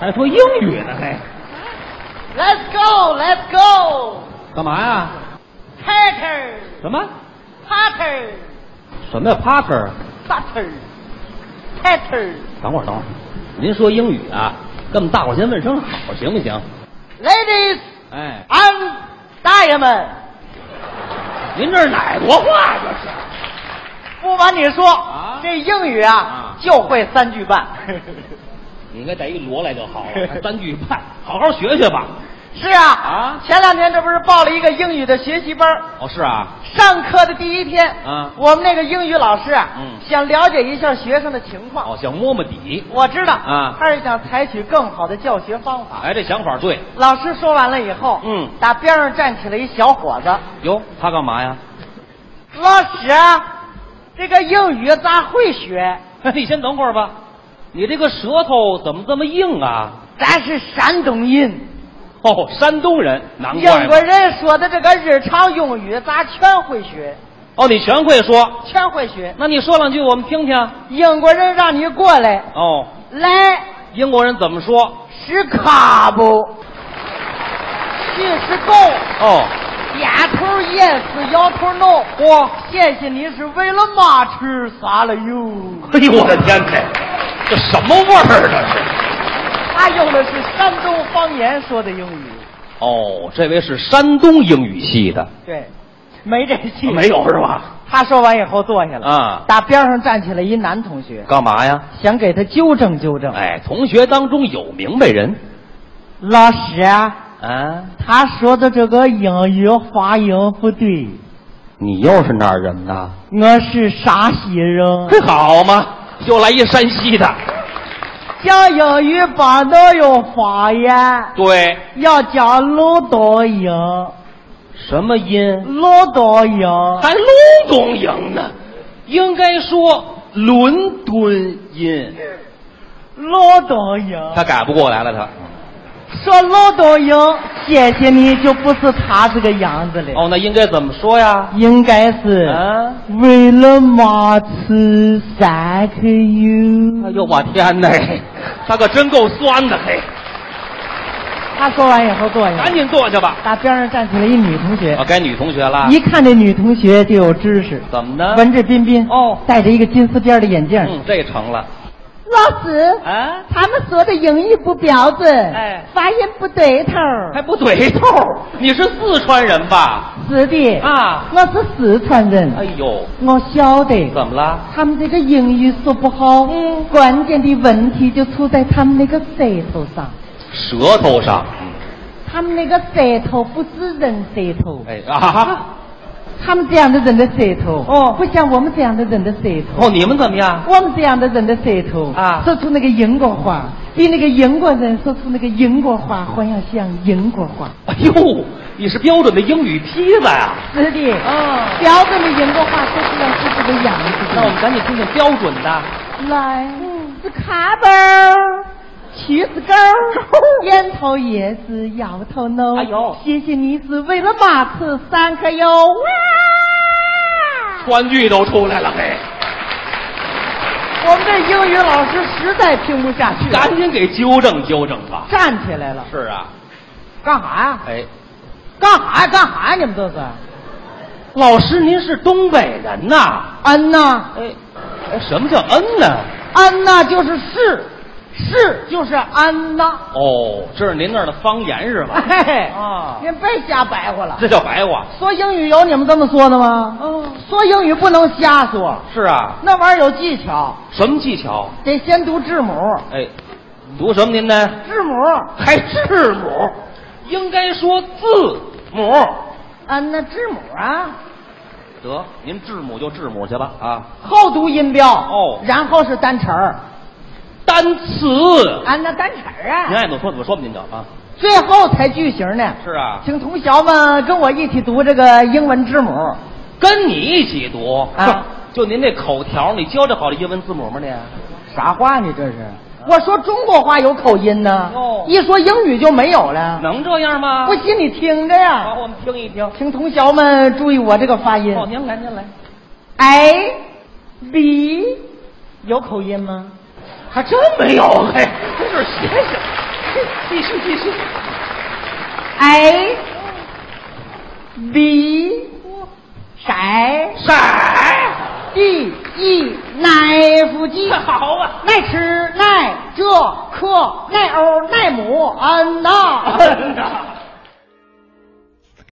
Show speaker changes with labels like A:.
A: 还说英语呢，还
B: Let's go, let's go.
A: 干嘛呀？
B: Patter,
A: 什么
B: patter,
A: 什么叫 Parker？
B: butter, patter.
A: 等会儿，等会儿，您说英语啊，这么大伙先问声好行不行？
B: Ladies
A: 哎，
B: and diamond.
A: 您这是哪国话这是？
B: 不瞒你说，
A: 啊
B: 这英语啊
A: 啊
B: 就会三句半。
A: 你应该带一罗来就 好了，还三句半，好好学学吧。
B: 是啊，
A: 啊
B: 前两天这不是报了一个英语的学习班儿，
A: 哦，是啊，
B: 上课的第一天，
A: 啊
B: 我们那个英语老师啊，
A: 嗯
B: 想了解一下学生的情况。
A: 哦，想摸摸底。
B: 我知道，
A: 啊
B: 他是想采取更好的教学方法。
A: 哎，这想法对。
B: 老师说完了以后，
A: 嗯
B: 打边上站起来一小伙子，
A: 哟，他干嘛呀？
B: 老师啊，这个英语咋会学？
A: 你先等会儿吧。你这个舌头怎么这么硬啊？
B: 咱是山东人，
A: 哦，山东人，难怪
B: 英国
A: 嘛。
B: 人说的这个日常用语，咱全会学，
A: 哦，你全会说，
B: 全会学。
A: 那你说两句我们听听。
B: 英国人让你过来，
A: 哦，
B: 来
A: 英国人怎么说？
B: 是卡不？去是够，
A: 哦，
B: 点头 yes，摇头 no。
A: 嚯！
B: 谢谢你是为了嘛吃啥了哟？
A: 哎呦，我的天哪，这什么味儿啊这是？
B: 他用的是山东方言说的英语，
A: 哦，这位是山东英语系的，
B: 对，没这戏。
A: 没有是吧？
B: 他说完以后坐下了，
A: 啊
B: 打边上站起来一男同学，
A: 干嘛呀？
B: 想给他纠正纠正。
A: 哎，同学当中有明白人
B: 老师啊，
A: 啊？
B: 他说的这个英语发音不对，
A: 你又是哪儿人呐？
B: 我是陕西 人，
A: 嘿好嘛，又来一山西的。
B: 讲英语不能用方言，
A: 对，
B: 要讲鲁东音，
A: 什么音？
B: 鲁东音。
A: 还隆冬营呢？应该说伦敦音。
B: 老东营，
A: 他改不过来了，他。
B: 说老东营，谢谢你就不是他这个样子了，
A: 哦，那应该怎么说呀？
B: 应该是、
A: 啊，
B: 为了嘛吃三个油。
A: 哎呦，我天哪，他可真够酸的，嘿，
B: 他说完以后坐下
A: 赶
B: 了，
A: 紧坐下吧。
B: 打边上站起来一女同学
A: 啊，，嗯该女同学了。
B: 一看这女同学就有知识，
A: 怎么呢？
B: 文质彬彬，
A: 啊哦
B: 戴着一个金丝边的眼镜。
A: 嗯，这成了。
B: 老师，
A: 啊，
B: 他们说的英语不标准
A: 哎
B: 发音不对头。
A: 还不对头儿。你是四川人吧？
B: 是的，
A: 啊，
B: 我是四川人
A: 哎呦，
B: 我晓得，
A: 怎么了？
B: 他们这个英语说不好，
A: 嗯
B: 关键的问题就出在他们那个舌头上，
A: 舌头上。
B: 他们那个舌头不是人舌头，
A: 哎啊！
B: 他们这样的人的舌头，
A: 哦
B: 不像我们这样的人的舌头，
A: 哦，你们怎么样？
B: 我们这样的人的舌头
A: 啊
B: 说出那个英国话，比那个英国人说出那个英国话还要像英国话。
A: 哎呦，你是标准的英语坯子呀！
B: 是的，
A: 啊，
B: 哦标准的英国话说出来是这个样子
A: 那我们
B: 的。
A: 赶紧听听标准的。
B: 来，是卡包，曲子钩， 烟头也是摇头呢。
A: 哎呦
B: 谢谢你是为了把吃三颗哟。哇！
A: 川剧都出来了，嘿，
B: 我们这英语老师实在听不下去了，
A: 赶紧给纠正纠正吧。
B: 站起来了。
A: 啊是啊，
B: 干啥呀？
A: 哎，
B: 干啥呀？干啥呀？你们这是？
A: 老师您是东北人呐？
B: 嗯呐，
A: 哎，哎什么叫嗯呢？
B: 嗯呐，就是是，是就是安呐。
A: 哦，这是您那儿的方言是吧？
B: 哎，
A: 啊
B: 您别瞎白活了。
A: 这叫白话。
B: 说英语有你们这么说的吗？
A: 嗯，
B: 说英语不能瞎说，
A: 是啊，
B: 那玩意儿有技巧，
A: 什么技巧？
B: 得先读字母，
A: 哎，读什么您呢？
B: 字母。
A: 还字母？应该说字母。
B: 啊，那字母啊，
A: 得，您字母就字母去吧啊。
B: 后读音标
A: 哦
B: 然后是单词儿。
A: 单词，
B: 啊，那单词儿
A: 您
B: 啊，
A: 爱怎么说怎么说吧，您就啊。
B: 最后才句型呢。
A: 是啊，
B: 请同学们跟我一起读这个英文字母。
A: 跟你一起读
B: 啊。
A: 就您这口条，你教这好的英文字母吗？你
B: 啥话呢？这是？我说中国话有口音呢，
A: 哦
B: 一说英语就没有了。
A: 能这样吗？
B: 不信你听着呀。
A: 好，我们听一听。
B: 请同学们注意我这个发音。
A: 哦，您来，您来。
B: A B 有口音吗？啊
A: 还真没有，嘿，这是学学。继续继续，
B: A B 筛
A: 色
B: D E 奶腹 肌，
A: 哎 好啊！
B: 耐吃耐这克耐欧耐母，嗯呐。
A: 真的。